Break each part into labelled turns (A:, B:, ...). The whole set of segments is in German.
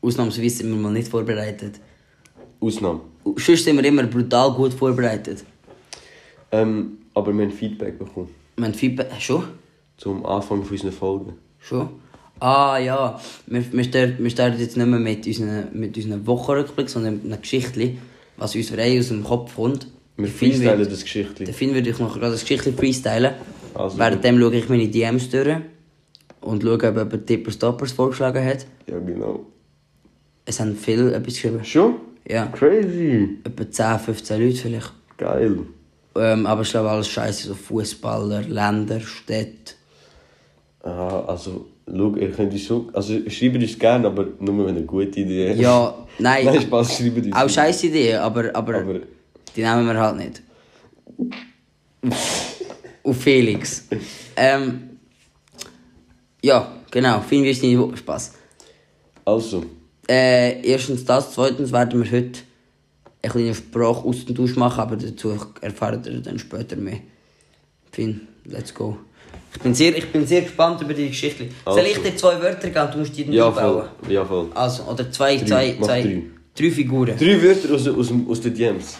A: Ausnahmsweise sind wir mal nicht vorbereitet.
B: Ausnahme.
A: Und Sonst sind wir immer brutal gut vorbereitet.
B: Ähm, aber wir haben Feedback bekommen.
A: Wir haben Feedback... Schon?
B: Zum Anfang von unserer Folge.
A: Schon? Ah ja, wir, wir, starten, wir starten jetzt nicht mehr mit unseren, mit unseren Wochenrückblick, sondern mit einer Geschichte, was uns frei aus dem Kopf kommt.
B: Wir
A: Der Finn
B: freestylen
A: wird-
B: das
A: Der
B: Geschichtli.
A: Finn würde ich noch gerade eine Geschichte freestylen.
B: Also
A: Währenddem schaue ich meine DMs durch und schaue, ob jemand Tippers Toppers vorgeschlagen hat.
B: Ja, genau.
A: Es haben viele etwas geschrieben.
B: Schon?
A: Ja,
B: Crazy.
A: etwa 10, 15 Leute vielleicht.
B: Geil.
A: Ähm, aber ich glaube, alles scheiße, so Fußballer, Länder, Städte.
B: Ah, also, schau, ihr könnt uns schon... Also, schreibt uns gerne, aber nur wenn ihr gute Ideen habt.
A: Ja, nein.
B: Nein, Spaß, schreibt uns.
A: Auch scheiß Idee, aber, aber,
B: Aber-
A: die nehmen wir halt nicht. Auf Felix. Ähm, ja, genau, finden wir es nicht Spaß.
B: Also,
A: Äh, erstens das, zweitens werden wir heute einen kleinen Sprachaustausch machen, aber dazu erfahrt ihr dann später mehr. Finn, let's go. Ich bin sehr, ich bin sehr gespannt über die Geschichte. Soll
B: Also.
A: ich dir zwei Wörter geben und du musst die dann
B: ja
A: aufbauen?
B: voll. Ja, voll.
A: Also, oder zwei, zwei,
B: mach
A: zwei,
B: drei.
A: drei Figuren.
B: Drei Wörter aus, aus, aus den DMs.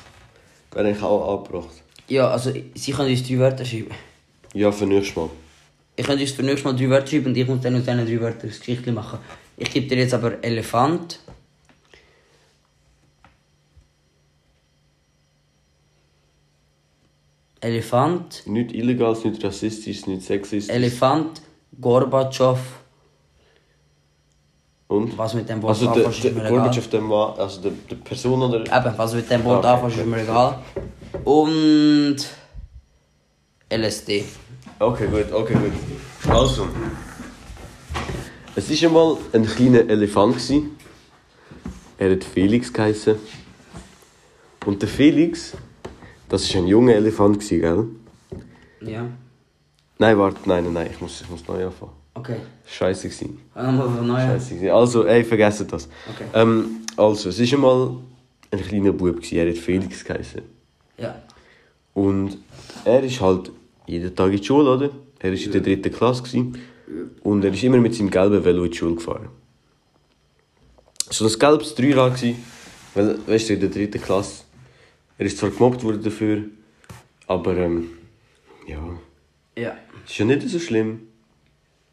B: Wäre eigentlich auch angebracht.
A: Ja, also sie können uns drei Wörter schreiben.
B: Ja, für nächstes Mal.
A: Ich könnte uns für nächstes Mal drei Wörter schreiben und ich muss dann aus diesen drei Wörtern das Geschichtchen machen. Ich gebe dir jetzt aber Elefant. Elefant,
B: Nicht illegal, nicht rassistisch, nicht sexistisch.
A: Elefant, Gorbatschow.
B: Und?
A: Was mit dem Wort
B: Also, der,
A: anfasst,
B: der
A: ist mir egal.
B: Gorbatschow, der Mann, also der, der Person oder...
A: Eben, was mit dem Wort
B: Okay,
A: anfasst, ist mir egal. Und LSD.
B: Okay, gut, okay, gut. Also. Es war einmal ein kleiner Elefant. gsi. Er hat Felix geheißen. Und der Felix, das war ein junger Elefant, gsi, gell?
A: Ja.
B: Nein, warte, nein, nein, nein, ich muss, ich muss neu anfangen.
A: Okay.
B: Scheiße gewesen.
A: Nochmal von neuem.
B: Scheiße gewesen. Also, ey, vergessen das.
A: Okay.
B: Ähm, also, es war einmal ein kleiner Bub, gsi. er hat Felix geheißen.
A: Ja.
B: Und er ist halt jeden Tag in die Schule, oder? Er war in der dritten Klasse. Gewesen. Und er ist immer mit seinem gelben Velo in die Schule gefahren. So ein gelbes Dreirad gsi, weil, weißt du, in der dritten Klasse. Er ist zwar gemobbt worden dafür, aber ähm, ja,
A: Ja.
B: ist ja nicht so schlimm.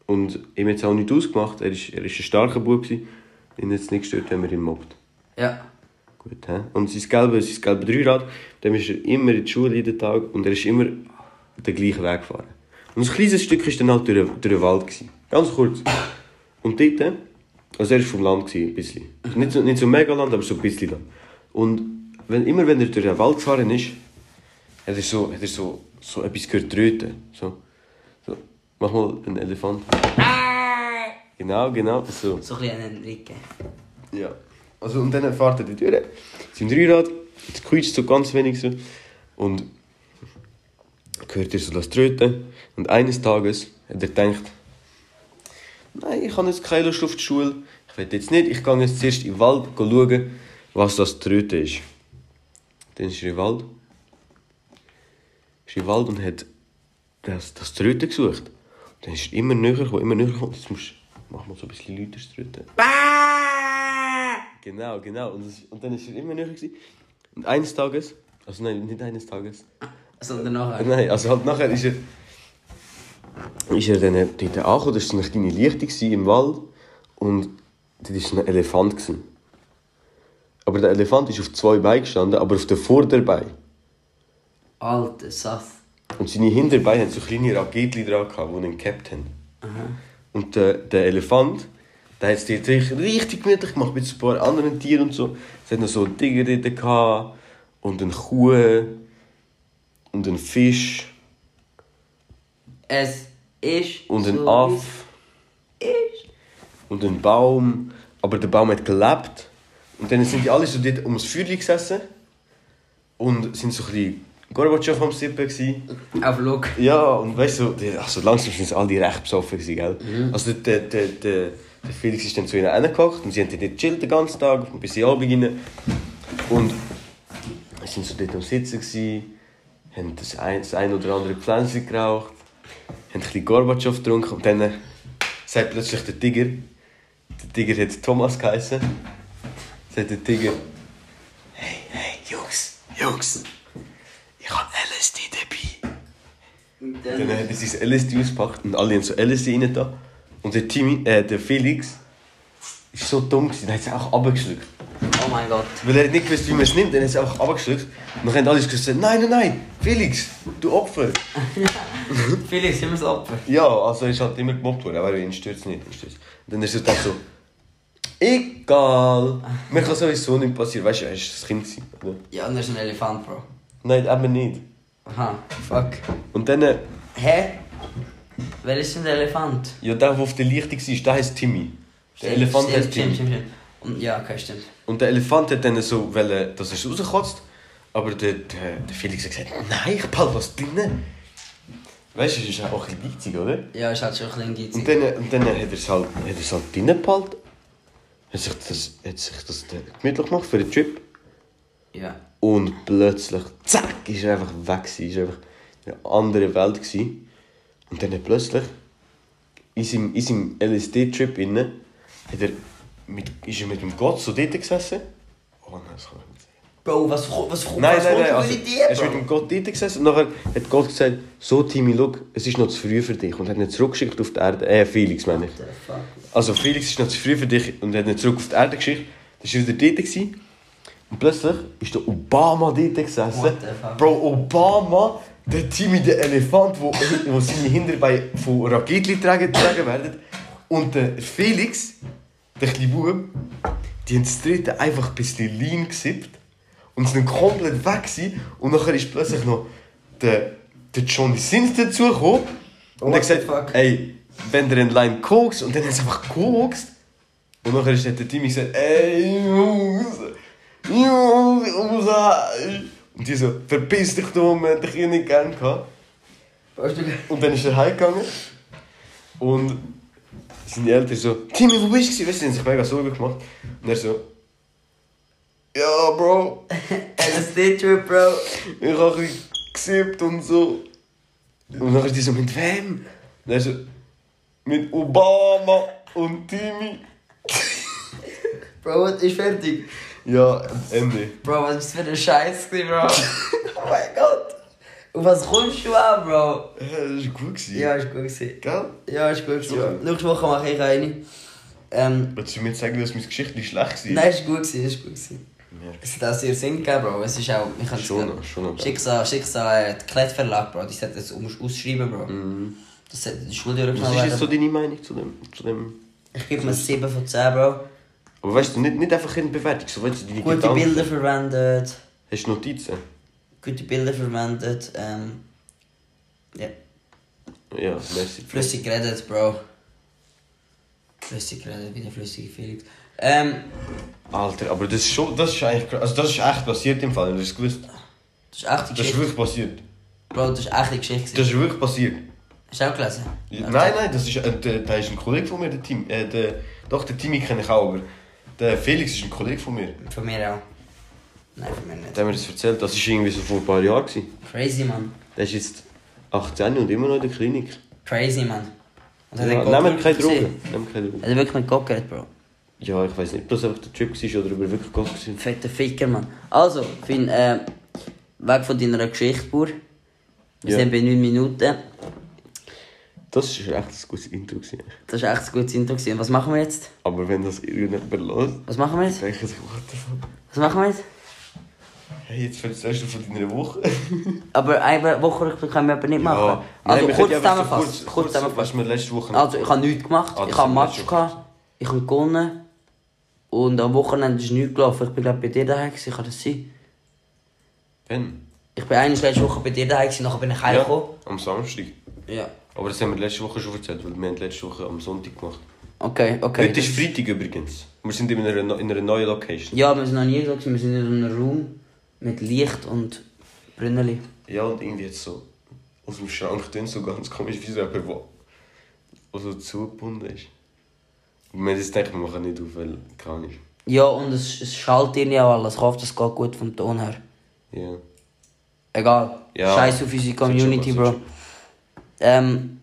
B: Und ihm hat es auch nicht ausgemacht. Er ist, er ist ein starker Bub gsi. Ihn hat es nicht gestört, wenn man ihn mobbt.
A: Ja.
B: Gut, hä? Und sein gelbe, sein gelbe Dreirad, dem ist er immer in die Schule jeden Tag und er ist immer den gleichen Weg gefahren. Und ein kleines Stück war dann halt durch, den- durch den Wald. Gewesen. Ganz kurz. Und dort, hä? also er war vom Land, gewesen, ein bisschen. Nicht so, nicht so mega Land, aber so ein bisschen Land. Und wenn, immer wenn er durch den Wald gefahren ist, hat er so, hat er so, so etwas gehört tröten. So. so. Mach mal einen Elefant. Genau, genau. So.
A: So ein bisschen Enrique.
B: Ja. Also, und dann fährt er die Tür, sein Dreirad, es quietscht so ganz wenig so. Und hört ihr so das Tröten. Und eines Tages hat er gedacht, nein, ich habe jetzt keine Lust auf die Schule, ich will jetzt nicht, ich gehe jetzt zuerst in den Wald schauen, was das Tröten ist. Dann ist er in den Wald. Ist in den Wald und hat das, das Tröten gesucht. Und dann ist er immer näher gekommen, immer näher gekommen. Jetzt musst mach mal so ein bisschen lauter das Tröten. Genau, genau. Und, das, und dann ist er immer näher. Gewesen. Und eines Tages, also nein, nicht eines Tages.
A: Sondern nachher.
B: Nein, also halt nachher ist er. Ist er dann dort angekommen, das war so eine kleine Lichtung gewesen im Wald. Und dort war so ein Elefant. Gewesen. Aber der Elefant ist auf zwei Beinen gestanden, aber auf dem Vorderbein.
A: Alter Saft.
B: Und seine Hinterbeine hatten so kleine Raketli dran, gehabt, die ihn gehabt haben. Und der, der Elefant, der hat es dort richtig, richtig gemütlich gemacht mit so ein paar anderen Tieren und so. Es hat noch so einen Tiger dort gehabt, und eine Kuh und einen Fisch
A: Es ist.
B: und einen
A: so, wie es
B: Aff
A: Ist.
B: und einen Baum. Aber der Baum hat gelebt. Und dann sind die alle so dort ums Feuer gesessen und sind so ein bisschen Gorbatschow am Sippen gewesen.
A: Auf Look.
B: Ja, und weißt du, die- also langsam sind sie alle recht besoffen, gewesen, gell? Also der, der, der, der Felix ist dann zu ihnen reingehockt und sie haben dort gechillt den ganzen Tag, bis sie Abend rein. Und sie sind so dort am Sitzen, gewesen, haben das ein, das ein oder andere Pflänzchen geraucht, haben ein bisschen Gorbatschow getrunken und dann sagt plötzlich der Tiger, Der Tiger hat Thomas geheißen. Jetzt hat der Tiger. Hey, hey, Jungs, Jungs, ich habe LSD dabei.
A: Und
B: Dann hat er sein LSD ausgepackt und alle haben so LSD rein da. Und der Timmy, äh, der Felix, ist so dumm gewesen, der hat es auch abgeschluckt.
A: oh mein Gott.
B: Weil er nicht gewusst, wie man es nimmt, dann hat er es einfach abgeschluckt. Und dann haben alle gesagt, nein, nein, nein, Felix, du Opfer.
A: Felix, sind wir das Opfer?
B: Ja, also er ist halt immer gemobbt worden, aber ihn stürzt nicht. Ihn stürzt. Dann ist er dann so, egal, mir kann sowieso nicht passieren. Weißt du, er ist ein Kind. gewesen, Oder?
A: Ja, und er ist ein Elefant, Bro.
B: Nein, eben nicht.
A: Aha, fuck.
B: Und dann, äh,
A: Hä? Wer ist denn der Elefant?
B: ja, der, der auf der Lichtung war, der heißt Timmy. Der
A: Stimmt,
B: Elefant
A: stimmt,
B: heißt
A: stimmt,
B: Timmy.
A: stimmt, stimmt. Und ja, okay, stimmt.
B: Und der Elefant hat dann so, wollen, dass er es rauskotzt. Aber der, der, der Felix hat gesagt, nein, ich behalte was drinnen. Weißt du, das ist auch ein bisschen witzig, oder?
A: Ja, ist halt schon ein bisschen
B: Und
A: geizig.
B: dann, und dann hat er es halt, hat er es halt drinnen behalten. Hat sich das, hat sich das dann gemütlich gemacht für den Trip.
A: Ja.
B: Und plötzlich, zack, ist er einfach weg gewesen. Ist einfach in einer anderen Welt gewesen. Und dann hat plötzlich, in seinem, in seinem LSD-Trip innen, hat er mit, ist er mit dem Gott so dort gesessen. Oh nein, das kann ich nicht sagen.
A: Bro, was, ko- was kommt
B: Nein,
A: was
B: nein,
A: kommt
B: nein,
A: für
B: also,
A: Idee,
B: er ist
A: Bro?
B: mit dem Gott dort gesessen und nachher hat Gott gesagt, so Timmy, look, es ist noch zu früh für dich und hat ihn zurückgeschickt auf die Erde, äh, Felix meine ich. Also Felix ist noch zu früh für dich und hat ihn zurück auf die Erde geschickt, dann war er wieder dort gewesen. und plötzlich ist der Obama dort gesessen.
A: What the fuck?
B: Bro, Obama, der Timmy, der Elefant, wo, eh, wo seine Hinterbeine von Raketli getragen getragen werden und der Felix, der kleine Bub, die haben das dritte einfach ein bisschen lean gesippt und sind dann komplett weg gewesen. Und nachher ist plötzlich noch der, der Johnny Sins dazugekommen und
A: What
B: hat gesagt,
A: the fuck?
B: ey, wenn ihr einen Lime kokst und dann haben sie einfach gekokst. Und nachher ist- hat der Timmy gesagt, ey, Jungs, Jungs, Jungs, ey. Und die so, verpiss dich du, man hat dich hier nicht gern gehabt.
A: Weißt du,
B: Und dann ist er heimgegangen. Und seine Eltern so, Timmy, wo bist du? Weißt du, die haben sich mega Sorgen gemacht. Und er so, ja, Bro,
A: LSD-Trip, Bro.
B: ich habe ein bisschen gesippt und so. Und dann ist die so, mit wem? Und er so, mit Obama und Timmy.
A: Bro, ist fertig.
B: Ja, Ende.
A: Bro, was bist du für ein Scheiß, gewesen, Bro? oh mein Gott. Und was kommst du an, Bro?
B: Ja, das war gut. gewesen.
A: Ja, ist gut gewesen.
B: Gell?
A: Ja, ist gut gewesen.
B: Ja.
A: Bro. Nächste Woche mache ich eine. Ähm,
B: Willst du mir jetzt sagen, dass meine Geschichte schlecht war?
A: nein, ist gut gewesen, ist gut gewesen.
B: Ja.
A: Es hat auch sehr Sinn gegeben, Bro. Es ist auch... Ich kann es
B: Schon
A: gar-
B: noch, schon noch.
A: Schicksal, Schicksal, äh, die Klettverlag, Bro. Die sollten das um- ausschreiben, Bro. Das sollte die Schule
B: Mhm. Was
A: durchgenommen
B: ist jetzt
A: werden.
B: so deine Meinung zu dem? Zu dem?
A: Ich gebe mir 7 von 10, Bro.
B: Aber weißt du, nicht, nicht einfach in Bewertung, so weißt du, deine
A: Gute
B: Gedanken.
A: Bilder verwendet.
B: Hast du Notizen?
A: Gute Bilder verwendet. Ähm, ja.
B: Ja, merci.
A: Flüssig geredet, Bro. Flüssig geredet, wie der flüssige Felix. Ähm,
B: Alter, aber das ist schon, das ist eigentlich, krass. also das ist echt passiert im Fall, das ist gewusst.
A: das ist echt eine
B: Das ist
A: Geschichte.
B: wirklich passiert.
A: Bro, das ist echt eine Geschichte.
B: Das ist wirklich passiert.
A: Hast du auch gelesen?
B: Nein, nein, das ist, äh, der, der ist ein Kollege von mir, der Tim, äh, der, doch, der Timmy kenne ich auch, aber der Felix ist ein Kollege von mir.
A: Von mir auch. Nein, von mir
B: Der
A: nicht.
B: hat mir das erzählt, das ist irgendwie so vor ein paar Jahren gewesen.
A: Crazy, Mann.
B: Der ist jetzt 18 und immer noch in der Klinik.
A: Crazy, Mann. Und
B: Ja,
A: hat den Gott
B: nehmen wir keine
A: gesehen.
B: Drogen. Nehmen wir keine Drogen.
A: Hat er wirklich mit Gott geredet, Bro?
B: Ja, ich weiß nicht, ob das einfach der Trip war oder ob er wirklich Gott war.
A: Fetter Ficker, Mann. Also, Finn, äh, weg von deiner Geschichte, Bur. Wir
B: Ja.
A: sind bei 9 Minuten.
B: Das ist echt ein gutes Intro. Gewesen.
A: Das war echt ein gutes Intro. gewesen. Und Was machen wir jetzt?
B: Aber wenn das irgendjemand hört,
A: Was machen wir jetzt?
B: denke ich, what the fuck.
A: Was machen wir jetzt?
B: Hey, jetzt erzählst du von deiner Woche.
A: Aber eine Wochenrückblick können wir aber nicht machen. also,
B: wir
A: kurz
B: können ja einfach
A: zusammenfassen.
B: so
A: kurz zusammenfassen.
B: Was wir letzte Woche
A: Also, ich habe nichts gemacht.
B: Ah, das
A: ich habe
B: haben wir
A: Match
B: schon.
A: gehabt. Ich habe gewonnen. Und am Wochenende ist nichts gelaufen. Ich bin gerade bei dir daheim. gewesen, Kann das sein?
B: Wenn?
A: Ich bin eigentlich letzte Woche bei dir daheim. gewesen, Nachher bin ich
B: Ja,
A: heimgekommen.
B: am Samstag.
A: Ja.
B: Aber das haben wir letzte Woche schon erzählt, weil wir haben letzte Woche am Sonntag gemacht.
A: Okay, okay.
B: Heute ist Freitag übrigens. Wir sind in einer, in einer neuen Location.
A: Ja, wir sind noch nie gesagt, wir sind in einem Raum mit Licht und Brünneli.
B: Ja, und irgendwie jetzt so aus dem Schrank drin, so ganz komisch, wie so jemand, der der so zugebunden ist. Und wir haben jetzt gedacht, wir machen nicht auf, weil kann ich.
A: Ja, und es, es schallt irgendwie auch alles. Ich hoffe, das geht gut vom Ton her.
B: Ja.
A: Egal.
B: Ja.
A: Scheiß auf unsere Community,
B: Das wird schon
A: Bro. Ähm,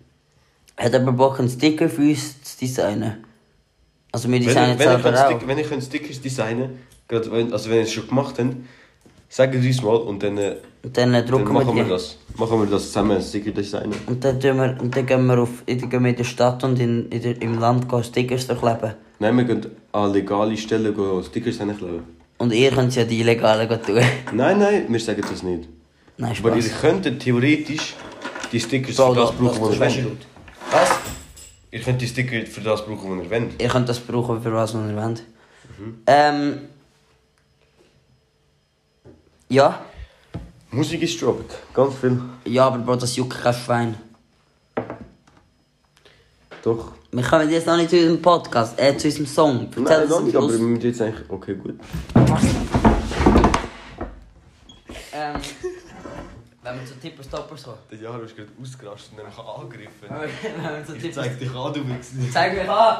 A: hat aber Bock, einen Sticker für uns zu designen. Also wir
B: Wenn,
A: designen es
B: ich- wenn, ich
A: selber
B: könnte
A: auch.
B: Stick- wenn ich könnte Stickers designen gerade wenn, also wenn ihr es schon gemacht habt, sagt es uns mal und dann, äh,
A: Und dann äh,
B: dann
A: drucken
B: machen
A: wir
B: wir
A: die.
B: das. Machen wir das zusammen, ein Sticker designen.
A: Und dann, tun wir, und dann gehen wir auf, dann gehen wir in der Stadt und in, in der, im Land gehen Stickers durchleben.
B: Nein, wir können an legale Stellen gehen, Stickers hinkleben.
A: Und ihr könnt es ja die Illegalen gehen tun.
B: Nein, nein, wir sagen das nicht.
A: Nein,
B: Aber ihr
A: Spaß.
B: könntet theoretisch die Stickers
A: Bro,
B: für das
A: das-
B: brauchen, was
A: das-
B: ihr
A: das
B: wollt.
A: ist Was?
B: Ihr könnt die Sticker für das brauchen, was ihr wollt.
A: Ihr könnt das brauchen, für was ihr wollt.
B: Mhm.
A: Ähm... Ja?
B: Musik ist droppt, ganz viel.
A: Ja, aber Bro, das juckt kein Schwein.
B: Doch.
A: Wir kommen jetzt noch nicht zu unserem Podcast, äh, zu unserem Song.
B: Nein,
A: uns
B: noch
A: am
B: nicht, aber wir
A: Schluss.
B: müssen jetzt eigentlich... Okay, gut.
A: Ähm... Wenn wir zu Tippers Toppers kommen.
B: Der Jaro ist gerade ausgerastet und dann angegriffen.
A: Wenn wir zu Tippers...
B: dich an, du Wichser.
A: Zeig mich an!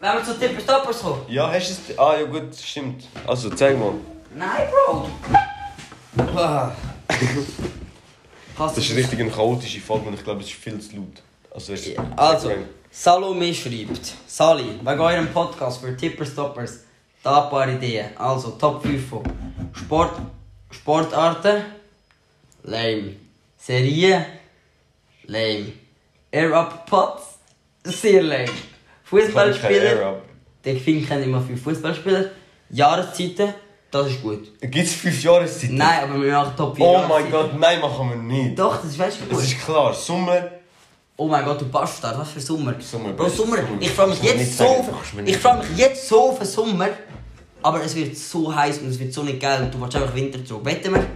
A: Wenn wir zu Tippers Toppers kommen.
B: Ja, hast du es... Ah, ja gut, stimmt. Also, zeig mal.
A: Nein, Bro! Ah. Hast
B: Das ist richtig eine chaotische Folge und ich glaube, es ist viel zu laut. Also, es ist...
A: Also, Salome schreibt: Sali, wegen eurem Podcast für Tipper Stoppers, da ein paar Ideen. Also, Top 5 von Sport, Sportarten, lame. Serien, lame. Air-Up-Pots, sehr lame.
B: Air
A: Fußballspieler,
B: Up.
A: ich finde, kenne immer fünf Fußballspieler. Jahreszeiten, das ist gut.
B: Gibt es fünf Jahreszeiten?
A: Nein, aber wir machen Top 4.
B: Oh mein Gott, nein, machen wir nicht.
A: Doch, das ist weißt du
B: Es
A: gut.
B: ist klar, Sommer...
A: Oh mein Gott, du Bastard, was für Sommer.
B: Sommer,
A: Bro,
B: Bro,
A: Sommer,
B: Sommer.
A: ich freue mich
B: Kannst du mir
A: jetzt
B: nicht
A: so
B: sagen,
A: auf,
B: kannst du mir
A: ich
B: nicht
A: freue mich jetzt so auf den Sommer, aber es wird so heiß und es wird so nicht geil und du willst einfach Winter zurück. Wetten wir?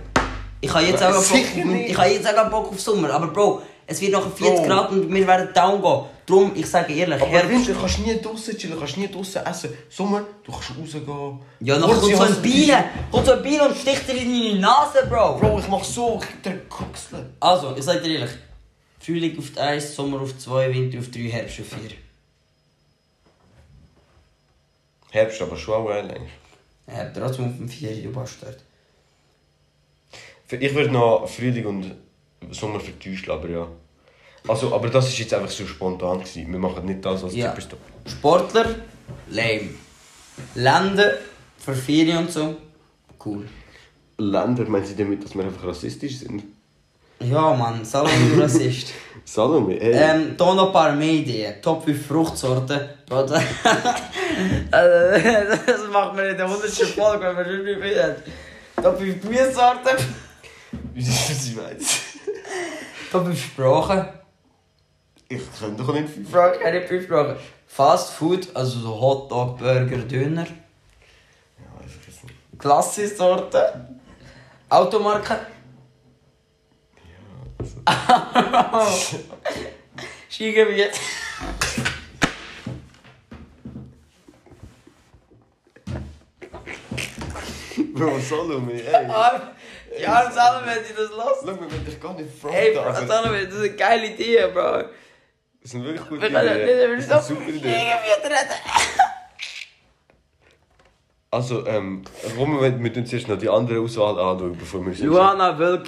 A: Ich habe jetzt auch
B: Nein,
A: Bock,
B: sicher nicht.
A: ich habe jetzt auch keinen Bock auf Sommer, aber Bro, es wird nachher 40
B: Bro.
A: Grad und wir werden down gehen. Drum, ich sage ehrlich,
B: Aber
A: Herbst.
B: Winter kannst du nie draußen chillen, kannst nie draußen essen. Sommer, du kannst rausgehen.
A: Ja, nachher kommt
B: Kurze
A: so ein
B: Hose,
A: Biene, kommt so ein Biene und sticht dir in deine Nase, Bro.
B: Bro, ich mach so, ich geb dir Kuxle.
A: Also, ich sage dir ehrlich, Frühling auf 1, Sommer auf 2, Winter auf 3, Herbst auf 4.
B: Herbst, aber schon auch geil eigentlich.
A: Ja, Äh, trotzdem auf dem 4, du Bastard.
B: Für- Ich würde noch Frühling und Sommer vertäuschen, aber ja. Also, aber das ist jetzt einfach so spontan gewesen. Wir machen nicht das als
A: Ja.
B: Superstop.
A: Sportler, lame. Länder, für Ferien und so, cool.
B: Länder, meinen Sie damit, dass wir einfach rassistisch sind?
A: Ja, Mann, Salon du Rassist.
B: Salome, ey.
A: ähm, hier noch ein paar mehr Ideen. Top 5 Fruchtsorten. Bro, das Also, das macht man in der 100. Folge, wenn man schon nicht mehr hat. Top 5 Gemüsesorten.
B: Sie weiß.
A: Top 5 Sprachen.
B: Ich kann doch nicht viel
A: Frage, keine 5 Sprachen. Fast Food, also so Hotdog, Burger, Döner.
B: Ja, ich weiß nicht.
A: Klasse Sorte. Automarken. Skigebiet.
B: Bro, Salome, ey.
A: Ja, Salome, wenn sie das lassen.
B: Schau, wir werden dich gar nicht fragen.
A: Hey, Bro,
B: aber-
A: Salome, das ist eine geile Idee, Bro.
B: Das sind wirklich gute
A: Wir können nicht
B: Ideen.
A: über
B: Das
A: so
B: sind
A: viel
B: super Ideen.
A: Skigebiet reden.
B: Also, ähm, warum wir wir tun zuerst noch die andere Auswahl anschauen, bevor wir sie
A: Luana Wilk,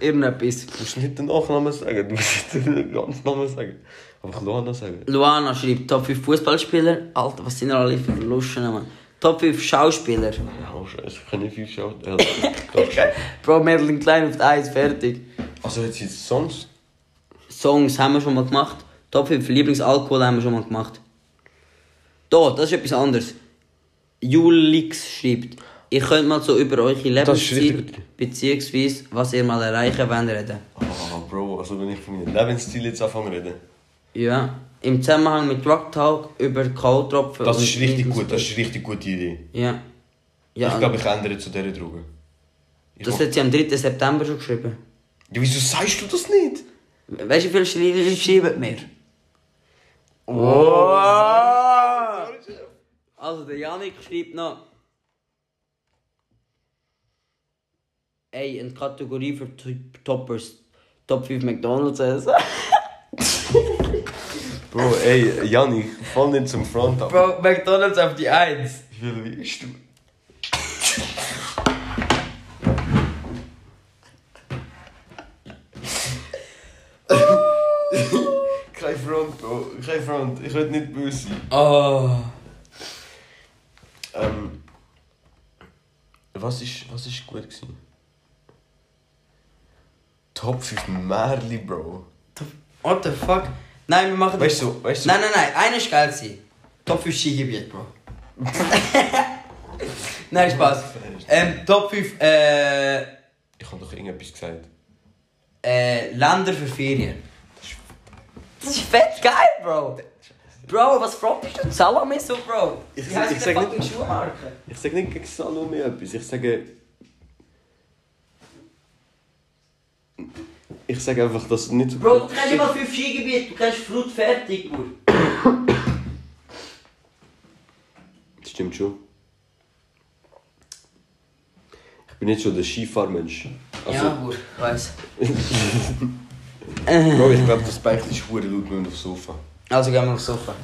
A: irgendetwas.
B: Du musst nicht den Nachnamen sagen, du musst nicht den ganzen Namen sagen. Aber ich Luana sagen.
A: Luana schreibt Top 5 Fußballspieler. Alter, was sind denn alle für Luschen, Mann? Top 5 Schauspieler.
B: Ja, oh, scheiße, ich kann nicht viel schauen. Ja, doch.
A: Bro, Madeline Klein auf 1, fertig.
B: also, jetzt sind es Songs.
A: Songs haben wir schon mal gemacht. Top 5 Lieblingsalkohol haben wir schon mal gemacht. Da, das ist etwas anderes. Julix schreibt, ihr könnt mal so über eure
B: Das ist
A: Lebenszeit
B: richtig.
A: bzw. was ihr mal erreichen wollt reden.
B: Ah, Bro, also wenn ich von meinem Lebensstil jetzt anfange zu reden.
A: Ja, im Zusammenhang mit Drug Talk über Kautropfen.
B: Das
A: und
B: ist richtig
A: Lebens-
B: gut, das ist eine richtig gute Idee.
A: Ja. ja
B: Ich glaube, ich ändere zu dieser Droge. Ich
A: das
B: mach-
A: hat sie am 3. September schon geschrieben.
B: ja, wieso sagst du das nicht?
A: Weißt du, wie viele Schreiber schreiben mir? Oh. Also der Janik nou. schreibt noch. Ey, eine Kategorie für T- Toppers. Top 5 McDonalds essen.
B: Bro, ey, Janik, fall nicht zum Front ab.
A: Bro, McDonalds auf die 1.
B: Ich will, wie ist du? Greif Front, Bro. Geen Front. Ich will nicht böse sein.
A: Oh.
B: Ähm, was ist, was ist gut gewesen? Top 5 Merli, Bro.
A: What the fuck? Nein, wir machen
B: Weißt du, weißt du?
A: Nein, nein, nein, einer ist geil gewesen. Top 5 Skigebiet, Bro. nein, Spaß. Ähm, Top 5 äh,
B: Ich habe doch irgendetwas gesagt.
A: äh, Länder für Ferien. Das ist fett geil, Bro. Bro, was fragst du? Salami so, Bro.
B: Ich-
A: Wie heisst
B: ich
A: der
B: sag
A: fucking
B: nicht-
A: Schuhmarke?
B: Ich sage nicht gegen Salome etwas. Ich sage. Ich sage einfach, dass du nicht so.
A: Bro, du kennst immer 5 Skigebiet, du kennst Frut fertig, Bro.
B: Das stimmt schon. Ich bin nicht so der Skifahrmensch. Also,
A: ja, Bro, ich weiss.
B: Bro, ich glaube, das Bike ist hure laut, wenn man aufs Sofa.
A: Also gehen wir aufs Sofa.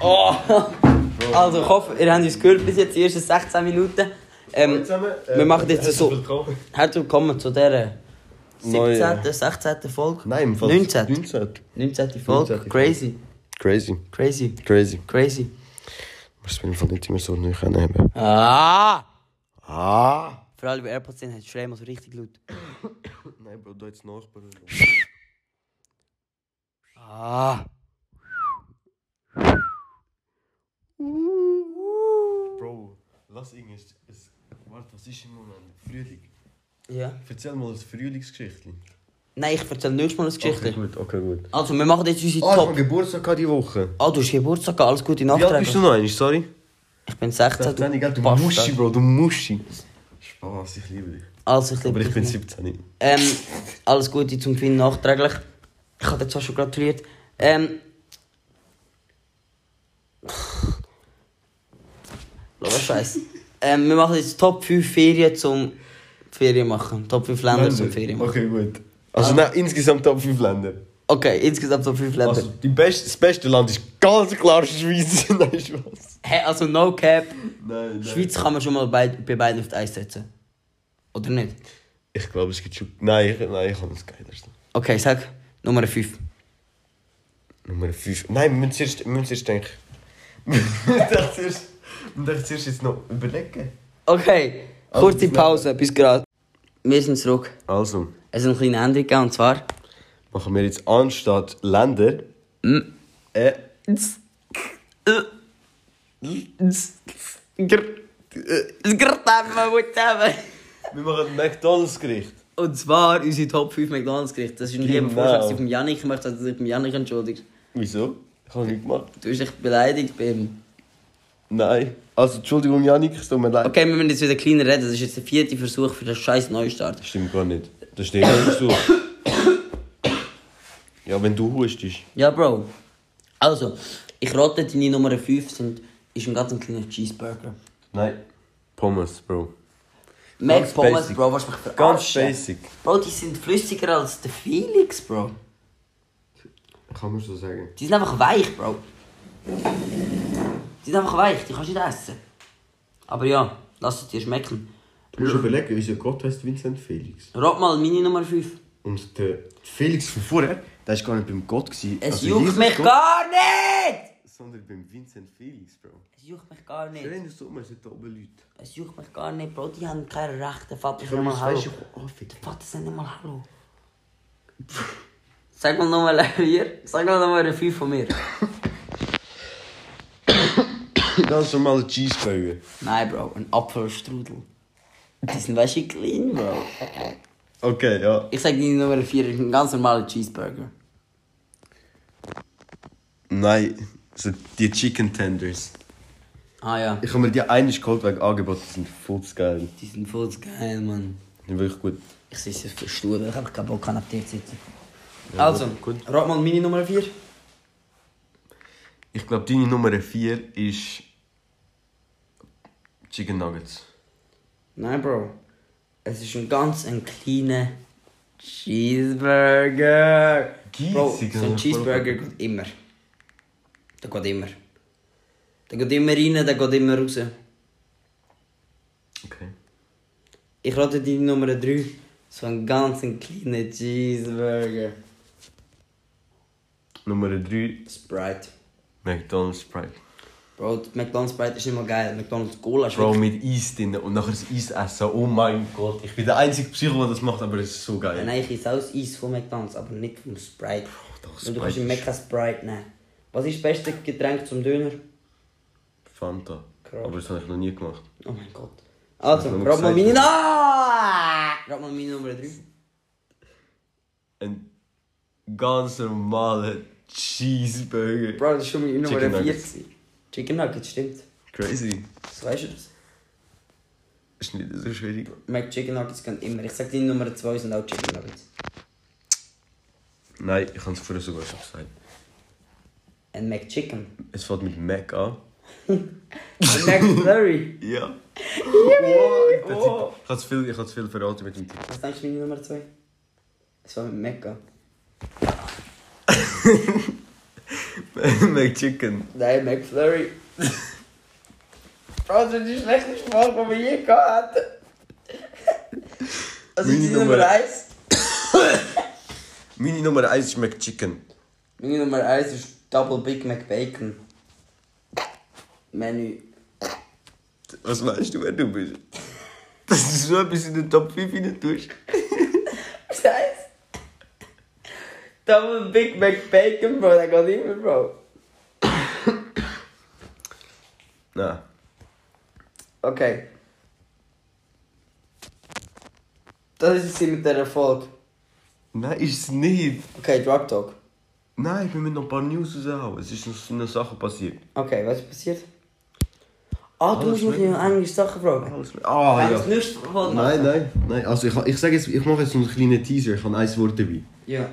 A: Oh! Also ich hoffe, ihr habt uns gehört bis jetzt die ersten 16 Minuten. Ähm, wir machen jetzt so. Herzlich willkommen zu dieser 17., 16. Folge.
B: Nein, im Fall.
A: 19.
B: 19.
A: 19. Folge.
B: 19.
A: Crazy.
B: Crazy.
A: Crazy.
B: Crazy.
A: Crazy.
B: Das will ich von nicht immer so neu nehmen.
A: Ah!
B: Ah!
A: Vor allem bei AirPods sind, hat Schreien so richtig laut.
B: Nein, Bro, da jetzt Nachbarn.
A: Ah!
B: Bro, lass ihn jetzt. Warte, was ist im Moment? Frühling.
A: Ja.
B: Erzähl mal das Frühlingsgeschichtli.
A: Nein, ich erzähle nächstes Mal eine Geschichte.
B: Okay, gut, okay, gut.
A: Also, wir machen jetzt unsere
B: Ah, ich habe
A: Top.
B: Geburtstag gehabt die Woche.
A: Ah, du hast Geburtstag, gehabt, alles Gute
B: Wie alt bist du
A: nachträglich.
B: noch eigentlich? nou Sorry.
A: Ich bin 16.
B: Nein, gell, du
A: Bastard.
B: Muschi, Bro, du Muschi. Spaß, ich liebe dich.
A: Also, ich liebe
B: Aber ich
A: dich
B: bin
A: nicht.
B: 17.
A: Ähm, alles Gute zum Gewinn nachträglich. Ich habe dir zwar schon gratuliert. Ähm. Lass Scheiß. ähm, wir machen jetzt Top 5 Ferien zum Ferien machen. Top 5 Länder zum Ferien machen.
B: Okay, gut. Also nein, insgesamt Top 5 Länder.
A: Okay, insgesamt Top 5 Länder.
B: Also die beste, das beste Land ist ganz klar Schweiz. nein, Spaß.
A: hey, also no cap.
B: Nein, nein.
A: Schweiz kann man schon mal bei, bei beiden auf die Eis setzen. Oder nicht?
B: Ich glaube, es gibt schon... Nein, ich, nein, ich habe das Geilerste.
A: Okay, sag Nummer 5.
B: Nummer 5. Nein, wir müssen zuerst, wir müssen zuerst denken. wir müssen zuerst- wir müssen zuerst jetzt noch überlegen.
A: Okay,
B: Also,
A: kurze
B: bis
A: Pause, bis gerade. Wir sind zurück.
B: Also,
A: Es ist eine kleine Änderung gegeben, und zwar.
B: machen wir jetzt anstatt Länder... Äh, wir machen McDonalds-Gericht.
A: Und zwar unsere Top 5 McDonalds-Gerichte. Das ist ein lieber
B: Genau.
A: Vorschlag von Janik. Ich möchte, dass du dich beim Janik entschuldigst.
B: Wieso? Ich habe nichts gemacht.
A: Du hast dich beleidigt beim.
B: Nein. Also, Entschuldigung, Janik, es tut mir leid.
A: Okay, wir müssen jetzt wieder kleiner reden. Das ist jetzt der vierte Versuch für den scheiß Neustart.
B: Das stimmt gar nicht. Das steht nicht so. ja, wenn du hustest.
A: Ja, Bro. Also, ich rate, deine Nummer 5 sind, ist ein ganz kleiner Cheeseburger.
B: Nein. Pommes, Bro.
A: Mac Pommes,
B: basic.
A: Bro, was mich
B: Ganz
A: verarschen.
B: basic.
A: Bro, die sind flüssiger als der Felix, Bro.
B: Kann man so sagen.
A: Die sind einfach weich, Bro. Die sind einfach weich, die kannst du nicht essen. Aber ja, lass es dir schmecken.
B: Du musst überlegen, unser Gott heißt Vincent Felix.
A: Rat mal meine Nummer 5.
B: Und der Felix von vorher, der war gar nicht beim Gott. Gewesen.
A: Es
B: Also
A: juckt
B: Jesus
A: mich
B: Gott,
A: gar nicht!
B: Sondern beim Vincent Felix, Bro.
A: Es juckt mich gar nicht.
B: Wenn es Sommer sind da oben Leute.
A: Es juckt mich gar nicht, Bro. Die haben keinen rechten Vater. Sag
B: Wenn man
A: mal
B: es
A: Hallo.
B: weiss, ich anfick.
A: Vater, sag nicht mal Hallo. Sag mal Nummer 4. Sag mal Nummer 5 von mir.
B: Ganz normale Cheeseburger.
A: Nein, Bro. Ein Apfelstrudel. Die sind weißt du klein, Bro.
B: Okay, ja.
A: Ich sag deine Nummer 4 ist ein ganz normaler Cheeseburger.
B: Nein, so die Chicken Tenders.
A: Ah ja.
B: Ich habe mir die eine geholt wegen Angebot, die sind voll zu geil.
A: Die sind voll zu geil, Mann.
B: Die sind wirklich gut.
A: Ich sitze auf der Stuhl, weil ich einfach keinen Bock habe, auf dir zu sitzen. also, rat mal meine Nummer 4.
B: Ich glaube, deine Nummer 4 ist. Chicken Nuggets.
A: Nein, Bro. Es ist ein ganz ein kleiner Cheeseburger.
B: Giesig,
A: Bro, so ein
B: Alter.
A: Cheeseburger geht immer. Der geht immer. Der geht immer rein, der geht immer raus.
B: Okay.
A: Ich rate die Nummer 3. So ein ganz ein kleiner Cheeseburger.
B: Nummer 3,
A: Sprite.
B: McDonald's Sprite.
A: Bro, die McDonald's Sprite ist nicht mal geil. McDonald's Cola ist
B: Bro, mit Eis drin und nachher das Eis essen. Oh mein Gott, ich bin der einzige Psycho, der das macht, aber es ist so
A: Ja,
B: geil.
A: Nein, ich esse auch das Eis von McDonalds, aber nicht vom Sprite.
B: doch,
A: Und du kannst
B: Sprite
A: im
B: ist-
A: Mecca Sprite nehmen. Was ist das beste Getränk zum Döner?
B: Fanta.
A: Krass.
B: Aber das habe ich noch nie gemacht.
A: Oh mein Gott. Also,
B: nur
A: rat mal
B: gesagt,
A: meine... Ah! Rat mal meine Nummer 3.
B: Ein ganz normaler Cheeseburger.
A: Bro, das ist schon meine Nummer
B: Chicken
A: 4.
B: Nuggets.
A: gewesen. Chicken Nuggets, stimmt.
B: Crazy.
A: Das weißt du das?
B: Ist nicht so schwierig.
A: McChicken Nuggets gehen immer. Ich sag, die Nummer 2 sind auch Chicken Nuggets.
B: Nein, ich kann es vorher sogar schon gesagt.
A: Ein McChicken.
B: Es fängt mit Mac an.
A: Ein McFlurry.
B: Ja. Wow, der
A: Oh.
B: Typ- ich habe viel, ich hab's viel verraten mit dem Tipp.
A: Was denkst du meine Nummer 2? Es war mit Mecca.
B: McChicken.
A: Nein, McFlurry. Bro, das ist die schlechteste Frage, die wir je gehabt hatten. Also
B: Meine
A: die
B: Nummer-
A: Nummer 1.
B: Meine Nummer 1 ist McChicken.
A: Meine Nummer 1 ist Double Big Mac Bacon. Menü.
B: Was weißt du, wer du bist? Dass du so etwas in den Top 5 rein tust.
A: Was heißt? Double Big Mac Bacon, Bro, der geht immer, Bro.
B: Nein.
A: Okay. Das ist sie mit der Erfolg.
B: Nein, ist es nicht.
A: Okay, Drug Talk.
B: Nein, wir müssen noch ein paar News raushauen. Es ist noch so eine Sache passiert.
A: Okay, was ist passiert? Ah, du
B: Alles
A: musst mich
B: mit-
A: noch englische Sachen fragen.
B: Alles Ah,
A: Wenn es nicht verfolgt
B: Nein, nein, nein. Also ich, ich sage jetzt, ich mache jetzt so einen kleinen Teaser. Ich habe ein Wort dabei.
A: Ja.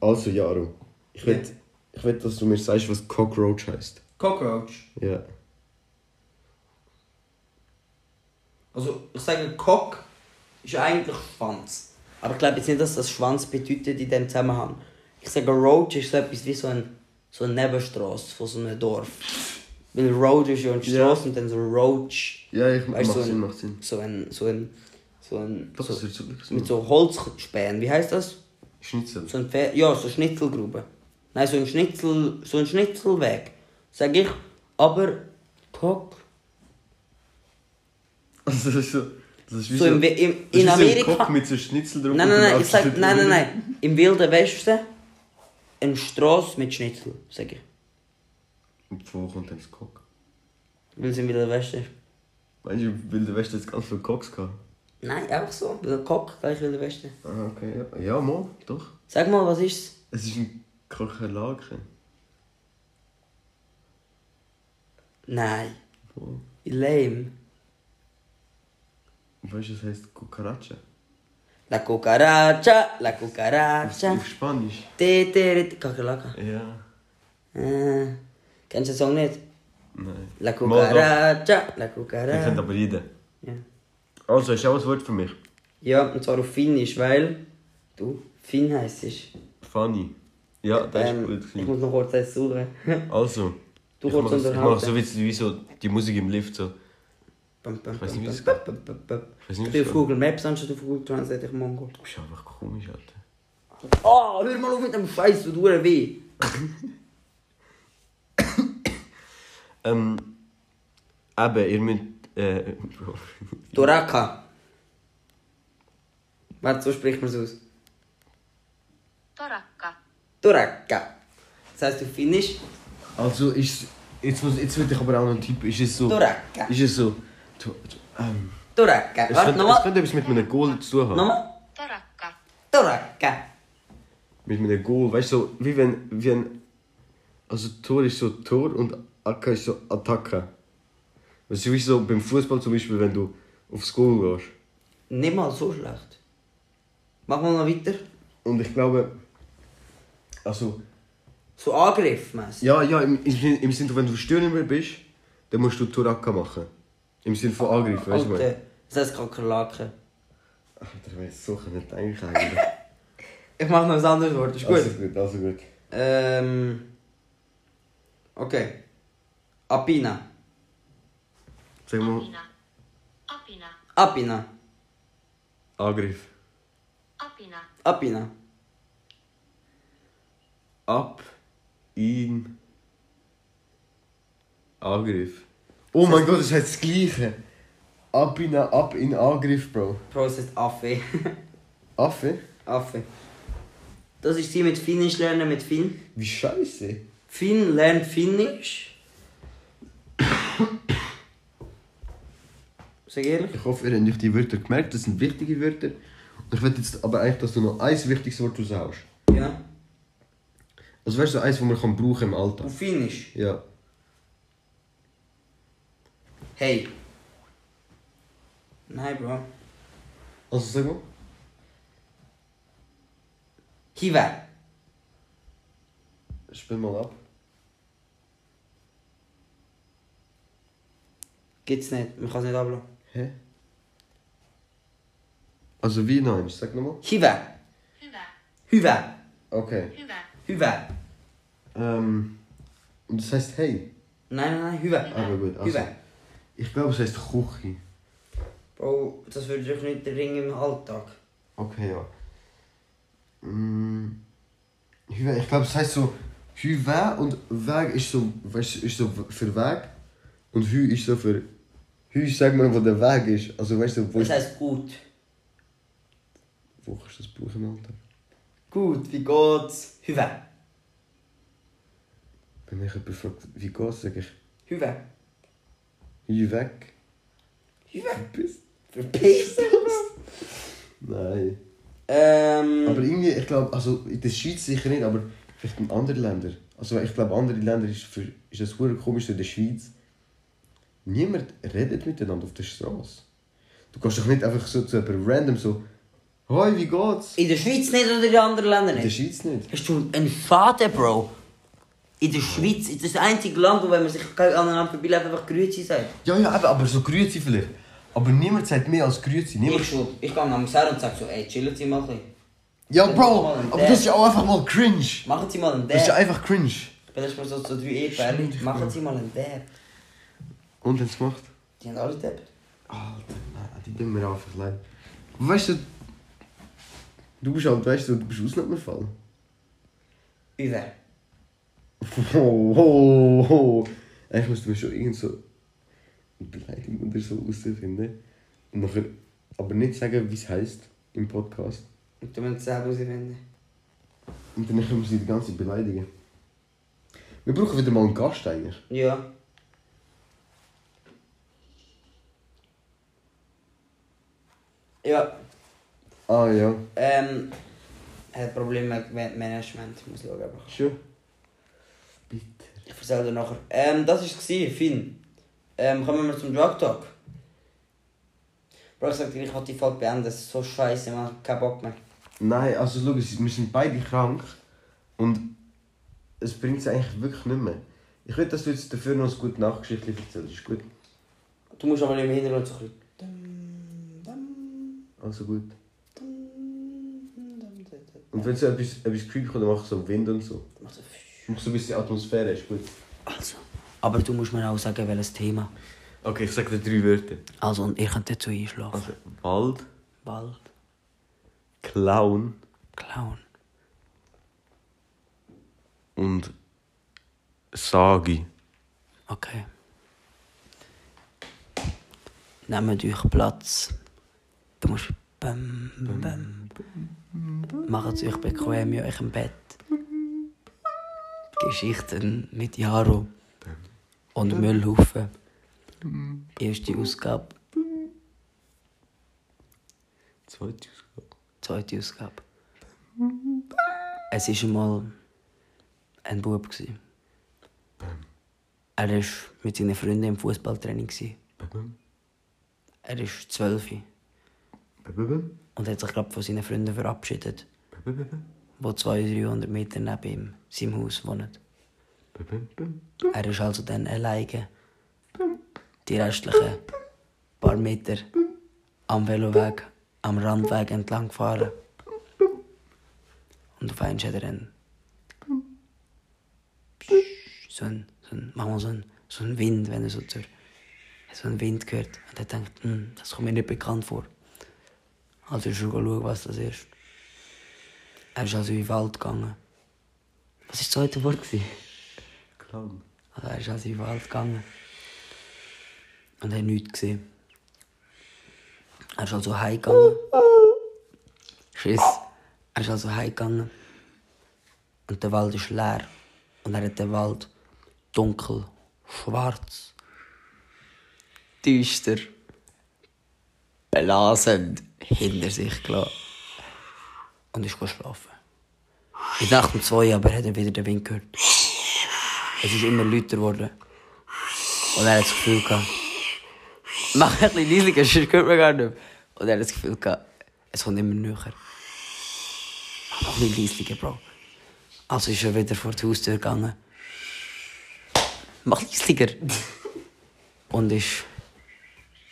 B: Also Jaro, ich
A: Ja.
B: will, ich will, dass du mir sagst, was Cockroach heißt.
A: Cockroach.
B: Ja.
A: Also, ich sage, Cock ist eigentlich Schwanz. Aber ich glaube jetzt nicht, dass das Schwanz bedeutet in dem Zusammenhang. Ich sage, Roach ist so etwas wie so, ein, so eine Nebenstrasse von so einem Dorf. Weil Road ist ja eine Straße und dann so Roach.
B: Ja, ich
A: Weißt du, so ein-
B: macht Sinn.
A: So ein. So ein. So ein.
B: Das
A: so,
B: ist so
A: mit so Holzspänen. Wie heißt das?
B: Schnitzel.
A: So ein Pferd, ja, so eine Schnitzelgrube. Nein, so ein Schnitzel, so ein Schnitzelweg, sag ich. Aber Cock,
B: Also das ist so. Das ist wie
A: So
B: so,
A: im We- im-
B: das ist
A: in
B: wie So
A: Amerika-
B: ein Kopf mit so Schnitzel drauf.
A: nein,
B: und
A: nein,
B: dann
A: nein, ich sag,
B: abschnitten.
A: nein, nein, nein. Im Wilden Westen eine Straße mit Schnitzel, sag ich.
B: Und wo kommt denn das Cock?
A: Weil es im Wilden Westen ist.
B: Meinst du, weil der Westen jetzt ganz viele Cocks gehabt?
A: Nein, einfach so, weil Cock gleich Wilden Westen.
B: Ah, okay. Ja, ja mal, doch.
A: Sag mal, was ist's?
B: Es ist ein Kakerlake.
A: Nein,
B: Wow.
A: lame.
B: Weißt du, das heisst Cucaracha?
A: La cucaracha, la cucaracha.
B: Auf Spanisch.
A: Te, te, te, Kakerlaka.
B: Ja.
A: Äh, kennst du den Song nicht?
B: Nein.
A: La
B: Mal
A: cucaracha, la
B: doch. Ich
A: cucaracha.
B: finde aber jeden.
A: Ja.
B: Also, ist auch ein Wort für mich.
A: Ja, und zwar auf Finnisch, weil du Finn heisst.
B: Funny. Ja, das
A: Ähm,
B: ist gut.
A: ich
B: gewesen.
A: muss noch kurz eins suchen.
B: Also.
A: Du
B: ich
A: kurz
B: mach's- Ich
A: unterhalten.
B: mache so wie, wie so die Musik im Lift. So.
A: bam, bam,
B: weiß
A: bam,
B: nicht, wie
A: bam, bam, bam, bam.
B: weiß
A: Ich
B: nicht,
A: bin
B: wie
A: auf
B: es
A: Google Maps anstatt auf Google Translate, ich Mongol.
B: Du bist einfach komisch, Alter.
A: Oh, hör mal auf mit dem Scheiß, du tust weh.
B: Ähm. Eben, ihr müsst. Äh, Bro.
A: Toraka. Warte, so spricht man es aus.
C: Torakka.
A: Toraka. Das heisst auf Finnisch.
B: Also, ist. Jetzt, muss, jetzt wird ich aber auch noch ein Typ. Ist es so.
A: Toraka.
B: Ist es so. To, to, ähm,
A: Toraka.
B: es
A: Warte,
B: könnte, es
A: nochmal.
B: könnte etwas mit einem Goal zu tun haben.
A: Nochmal.
C: Torakka.
A: Toraka.
B: Mit einem Goal. Weißt du, so, wie wenn. Wie ein, also, Tor ist so Tor und Akka ist so Attacke. Weißt du, wie so beim Fußball zum Beispiel, wenn du aufs Goal gehst.
A: Nicht mal so schlecht. Machen wir noch weiter.
B: Und ich glaube. Also.
A: So Angriff, mässig.
B: Ja, ja, im, im, Sinn- im Sinne, wenn du Stürmer bist, dann musst du Turaka machen. Im Sinne von Angriff, weißt du? was ich meine?
A: Alter, das heisst Kakerlaken.
B: Alter, wenn ich so nicht denken eigentlich.
A: Ich mach noch ein anderes Wort, ist gut.
B: Also gut, also gut.
A: Ähm. Okay. Apina.
B: Sag mal,
C: Apina. Apina.
A: Apina.
B: Angriff.
C: Apina.
A: Apina.
B: Ab.
D: ihn. Angriff.
B: Oh mein Gott, das ist jetzt das Gleiche. Ab in, ab in Angriff, Bro.
A: Bro, es heißt Affe.
B: Affe?
A: Affe. Das ist sie mit Finnisch lernen mit Finn.
B: Wie scheiße.
A: Finn lernt Finnisch. Sag ehrlich.
B: Ich hoffe, ihr habt euch die Wörter gemerkt. Das sind wichtige Wörter. Und ich will jetzt aber eigentlich, dass du noch ein wichtiges Wort raushaust.
A: Ja.
B: Also weißt du, so eins, das man kann brauchen im Alltag.
A: Auf Finnisch.
B: Ja.
A: Hey. Nein, Bro.
B: Also sag mal.
A: Hyvä.
B: Spiel mal ab.
A: Gibt's nicht. Man kann es nicht ablassen.
B: Hä? Also wie nein? Sag nochmal.
A: Hyvä.
C: Hyvä,
A: Hyvä.
B: Okay.
C: hyvä,
A: Hyvä.
B: Ähm. Und das heißt hey.
A: Nein, nein, nein. Hyvä.
B: Aber gut, also.
A: Hyvä.
B: Ich glaube, es heißt Kuchi.
A: Bro, das würde ich nicht ringen im Alltag.
B: Okay, ja. Mm. Hüwe, ich glaube, es heißt so Hüwe und Weg ist so, weißt, du, ist so für Weg und Hü ist so für Hü, sag mal, wo der Weg ist. Also weißt du, wo
A: Das
B: ist,
A: heißt gut.
B: wo kannst du das brauchen im Alltag?
A: Gut, wie geht's? Hyvä.
B: Wenn mich jemand fragt, wie geht's, sag ich
A: Hyvä.
B: Hü weg.
A: Hyvä.
B: Bist.
A: Verpiss dich.
B: Nein.
A: Ähm.
B: Aber irgendwie, ich glaube, also in der Schweiz sicher nicht, aber vielleicht in anderen Ländern. Also ich glaube, andere Länder ist, für, ist das hure komisch in der Schweiz. Niemand redet miteinander auf der Straße. Du kannst doch nicht einfach so zu jemandem random so «Hoi, wie geht's?»
A: In der Schweiz nicht oder in anderen Ländern
B: In der
A: nicht?
B: Schweiz nicht.
A: Hast du einen Faden, Bro? In der Schweiz ist das einzige Land, wo wenn man sich aneinander vorbeiläuft, einfach Grüezi sagt.
B: Ja, ja, eben, aber so «Grüezi» vielleicht. Aber niemand sagt mehr als «Grüezi». Niemand...
A: Ich schon. Ich gehe am her und sage so, ey, chillen Sie mal ein bisschen.
B: Ja,
A: Bro,
B: Bro,
A: aber
B: aber
A: das
B: das
A: ist
B: ist ja auch einfach mal cringe.
A: Machen Sie mal einen
B: Das ist ja
A: Dab.
B: einfach cringe.
A: Ich bin erstmal so zu drei Ehepärchen.
B: Stimmt,
A: Machen
B: Bro.
A: Sie mal einen Dab.
B: Und, wenn's macht?
A: Die haben alle Dab.
B: Alter, nein, die doen mir einfach leid. Maar weißt du, du bist halt, weißt du, du bist Ausnahmefall.
A: Über.
B: Oh, oh, oh. Eigentlich müssten wir schon irgend so eine Beleidigung oder so herausfinden. Und nachher, aber nicht sagen, wie es heisst im Podcast.
A: Und dann müssen Sie selber rausfinden.
B: Und dann können wir sie die ganze Zeit beleidigen. Wir brauchen wieder mal einen Gast eigentlich.
A: Ja. Ja.
B: Ah ja.
A: Ähm, er hat Probleme mit Ma- Management, muss schauen. Aber
B: Schön. Bitte.
A: ich erzähle dir nachher. Ähm, das war es, Finn. Ähm, kommen wir zum Drug Talk. Bro, ich sag dir, ich wollte die Folge beenden, das ist so scheiße, man hat keinen Bock mehr.
B: Nein, also schau, es- wir sind beide krank und es bringt es eigentlich wirklich nicht mehr. Ich will, dass du jetzt dafür noch eine gute Nachgeschichte erzählst, ist gut.
A: Du musst aber im Hintergrund so ein bisschen... Dum, dum,
B: Also gut.
A: dum, dum, dum, dum.
B: Und wenn so etwas, etwas creepy kommt, dann mach so Wind und so.
A: Mach so, pfiuh.
B: Mach so ein bisschen Atmosphäre, ist gut.
A: Also, aber du musst mir auch sagen, welches Thema.
D: Okay, ich sag dir drei Wörter.
A: Also, und ihr könnt dazu einschlafen.
D: Also, Wald,
A: Bald.
D: Clown
A: Clown.
D: und Sagi.
A: Okay. Nehmt euch Platz. Du musst. Bäm, bäm. Macht es euch bequem in eurem Bett. Geschichten mit Jaro und Müllhaufen. Erste Ausgabe,
D: Zweite Ausgabe.
A: zweite Ausgabe. Es war einmal ein Bub. gewesen. Er war mit seinen Freunden im Fußballtraining. gewesen.
D: Bäm,
A: Er ist zwölf
D: bäm, bäm, bäm,
A: und hat sich gerade von seinen Freunden verabschiedet,
D: bäm, bäm, bäm,
A: die 200, 300 Meter neben ihm, seinem Haus wohnen.
D: bäm, bäm, bäm.
A: Er ist also dann alleine die restlichen paar Meter am Veloweg, am Randweg entlang gefahren. Und auf einmal hat er dann so ein, so ein, manchmal so ein, so ein Wind, wenn er so, zur, so einen Wind hört. Und er denkt, hm, das kommt mir nicht bekannt vor. Also ist er schauen, was das ist. Er ist also in den Wald gegangen. Was war das zweite Wort? gewesen?
B: Clown.
A: Also er ist also in den Wald gegangen. Und hat nichts gesehen. Er ist also heimgegangen. Schiss. Er ist also heimgegangen. Und der Wald ist leer. Und er hat den Wald dunkel, schwarz, düster, belasend hinter sich gelassen. Und ist geschlafen. Ich dachte um zwei, aber er hat wieder den Wind gehört. Es ist immer lauter geworden. Und er hat das Gefühl gehabt, mach ein bisschen leiser, sonst hört man gar nicht. mehr.» Und er hat das Gefühl gehabt, es kommt immer näher. Mach noch ein bisschen leiser, Bro. Also ist er wieder vor die Haustür gegangen. Mach leiser. Und ist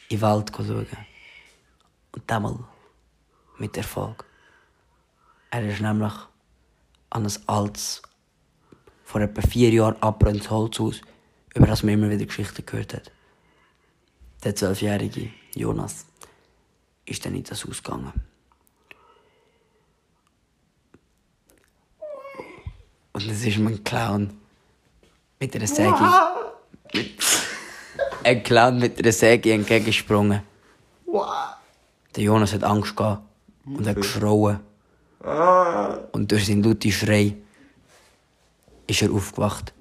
A: in den Wald schauen. Und damals mit Erfolg. Er ist nämlich an ein altes vor etwa vier Jahren abbrennendes Holzhaus, über das man immer wieder Geschichten gehört hat. Der zwölfjährige Jonas ist dann in das Haus gegangen. Und es ist ihm ein Clown mit einer Säge. ein Clown mit einer Säge entgegengesprungen. Der Jonas hat Angst gehabt und hat geschrauen. Und durch seinen lauten Schrei ist er aufgewacht.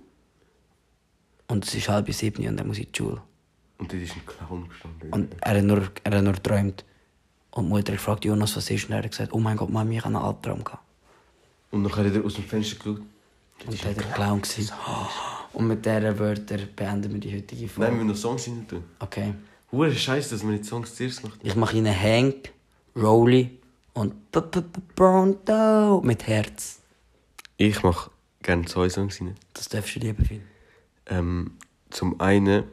A: Und es ist halb sieben und er muss in die Schule.
B: Und dort ist ein Clown gestanden.
A: Und er hat nur, er hat nur geträumt. Und die Mutter hat gefragt, Jonas, was ist? Und er hat gesagt, oh mein Gott, Mami, ich habe einen Albtraum gehabt.
B: und dann hat er aus dem Fenster geschaut.
A: Und er war der Clown. gewesen. Und mit diesen Wörtern beenden wir die heutige
B: Nein, wir
A: Folge.
B: müssen noch Songs rein tun.
A: Okay.
B: Hure scheiße, dass wir nicht Songs zuerst gemacht haben.
A: Ich mache Ihnen Hank, Rolly und P- P- P- Pronto mit Herz.
B: Ich mache gerne zwei Songs rein.
A: Das darfst du lieben, Phil.
B: Ähm, zum einen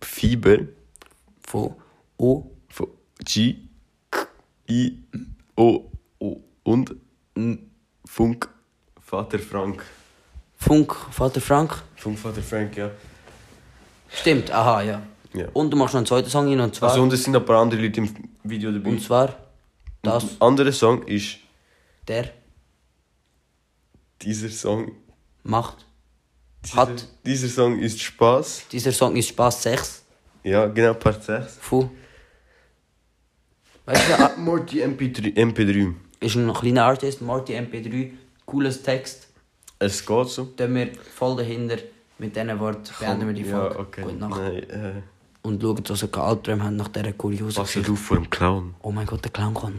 B: Fieber
A: Von O,
B: von G, K, I, O, o und N, Funk Vater Frank.
A: Funk, Vater Frank.
B: Funk Vater Frank, ja.
A: Stimmt, aha, ja.
B: Ja.
A: Und du machst noch einen zweiten Song hin, und zwar...
B: Also, und es sind noch ein paar andere Leute im Video dabei.
A: und zwar... Das,
B: Ein anderer Song ist
A: der...
B: dieser Song.
A: macht.
B: Dieser,
A: Hat
B: dieser Song ist Spaß.
A: dieser Song ist Spaß 6
B: Ja, genau, Part 6.
A: von. Weißt du, ah,
B: Morty MP3. MP3.
A: ist ein kleiner Artist, Marty MP3, cooles Text,
B: Es geht so.
A: da wir voll dahinter mit diesen Worten beenden wir die Folge.
B: Ja, okay.
A: Gute Nacht.
B: Nein, äh,
A: Und schaut, was ihr Albträume haben nach dieser kuriosen
B: pass
A: Geschichte.
B: auf vor dem Clown.
A: Oh mein Gott, der Clown kommt.